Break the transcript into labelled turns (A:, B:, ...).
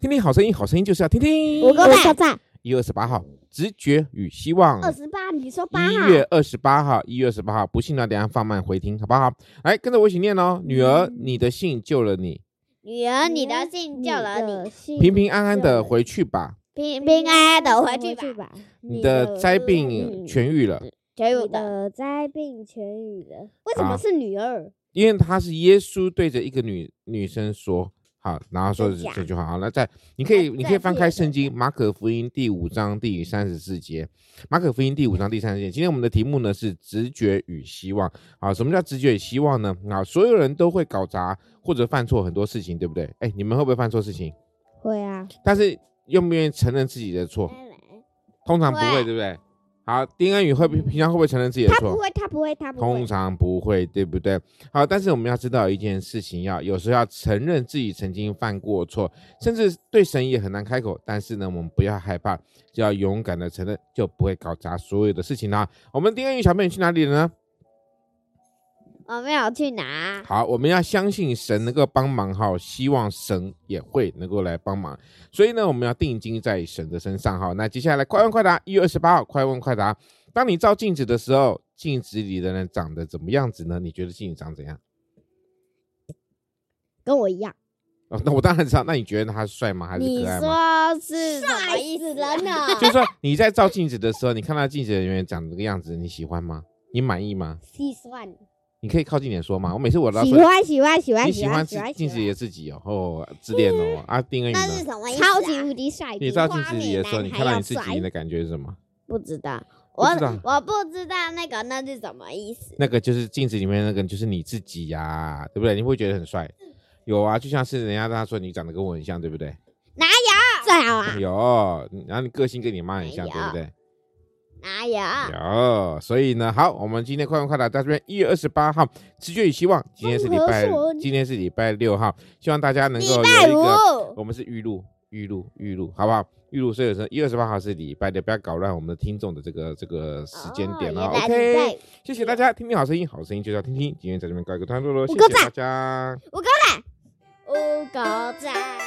A: 听听好声音，好声音就是要听听。
B: 我跟
C: 我下站
A: 一月二十八号，直觉与希望。
C: 二十八，你说八号
A: 一月二十八号，一月二十八号，不信呢，等一下放慢回听，好不好？来，跟着我一起念哦。女
C: 嗯
A: 儿，你的信救了你，
B: 女儿，你的信救了你，
C: 嗯你
A: 平平安安的回去吧。
B: 平平安安的回去吧。
C: 吧。
A: 嗯
C: 嗯
A: 你的灾病痊愈了，
B: 全有
C: 你
B: 的，
C: 的灾病痊愈
A: 啊
C: 了。
B: 为什么是女儿？
A: 因为他是耶稣对着一个女女生说，好，然后说
B: 真假
A: 这句话。好，那在你可以
B: 那
A: 你可以
B: 再
A: 翻
B: 第
A: 开
B: 二
A: 圣经马可福音第五章第三十四节，马可福音第五章第三十节。今天我们的题目呢是直觉与希望。好，什么叫直觉与希望呢？啊，所有人都会搞砸或者犯错很多事情，对不对？哎，你们会不会犯错事情？
C: 会啊，
A: 但是愿不愿意承认自己的错？通常不会，
B: 会
A: 对不啊对？好，丁恩宇会不平常会不会承认自己的
C: 他不
A: 错？
C: 会，他不会，他不
A: 通
C: 会。
A: 常不会，对不对？好，但是我们要知道一件事情要，有时候要承认自己曾经犯过错，甚至对神也很难开口。但是呢，我们不要害怕，只要勇敢的承认，就不会搞砸所有的事情啦。我们丁恩宇小朋友去哪里了呢？
B: 我没有去拿。
A: 好，我们要相信神能够帮忙哈，希望神也会能够来帮忙。所以呢，我们要定睛在神的身上哈。那接下来快问快答，一月二十八号，快问快答。当你照镜子的时候，镜子里的人长得怎么样子呢？你觉得镜子长怎样？
C: 跟我一样，
A: 哦，那我当然知道。那你觉得他帅吗？还是
B: 你
A: 可爱吗？
B: 说是什么意思
C: 帅死人
B: 呢？
A: 就是说你在照镜子的时候，你看到镜子的人员长这个样子，你喜欢吗？你满意吗？
C: 喜欢，
A: 你可以靠近点说嘛。我每次我都要
C: 喜
A: 说，
C: 欢，喜欢，喜
A: 你
C: 欢，
A: 喜
C: 喜
A: 欢
C: 欢，
A: 自
C: 喜欢，
A: 镜子里的自己哦，哦，自恋哦。啊，丁恩宇
B: 那是
A: 呢？
B: 什么意思啊？
C: 超级无敌帅
A: 你
C: 比
A: 照
C: 花
A: 镜子里的
C: 美男
A: 时候，你
C: 还
A: 看到
C: 要
A: 你自
C: 帅
A: 己，你的感觉是什么？
B: 不知道，
A: 不
B: 我
A: 知啊道
B: 我不知道那个那是什么意思。
A: 那个就是镜子里面那个就是你自己呀、对不对？你会觉得很帅。
C: 嗯
A: 有啊，就像是人家大家说你长得跟我很像，对不对？
C: 最好啊，
A: 有，然后你个性跟你妈很像，
B: 没有
A: 对不对？
B: 哪有？啊
A: 有，所以呢，好，我们今天快问快答到这边，一月二十八号，直觉与希望，今天是礼拜
C: 综合说，
A: 今天是礼拜六号，希望大家能够
B: 礼
A: 有
B: 拜
A: 一个，
B: 五，
A: 我们是预录，预录，预录，好不好？预录，所以有时候一月二十八号是礼拜六，不要搞乱我们的听众的这个这个时间点
B: 哦
A: 了。
B: 原来礼
A: OK，
B: 拜五
A: 谢谢大家，听听好声音，好声音就要听听，今天在这边告一个段落喽，谢
C: 五个
A: 谢大家。
B: 五个赞。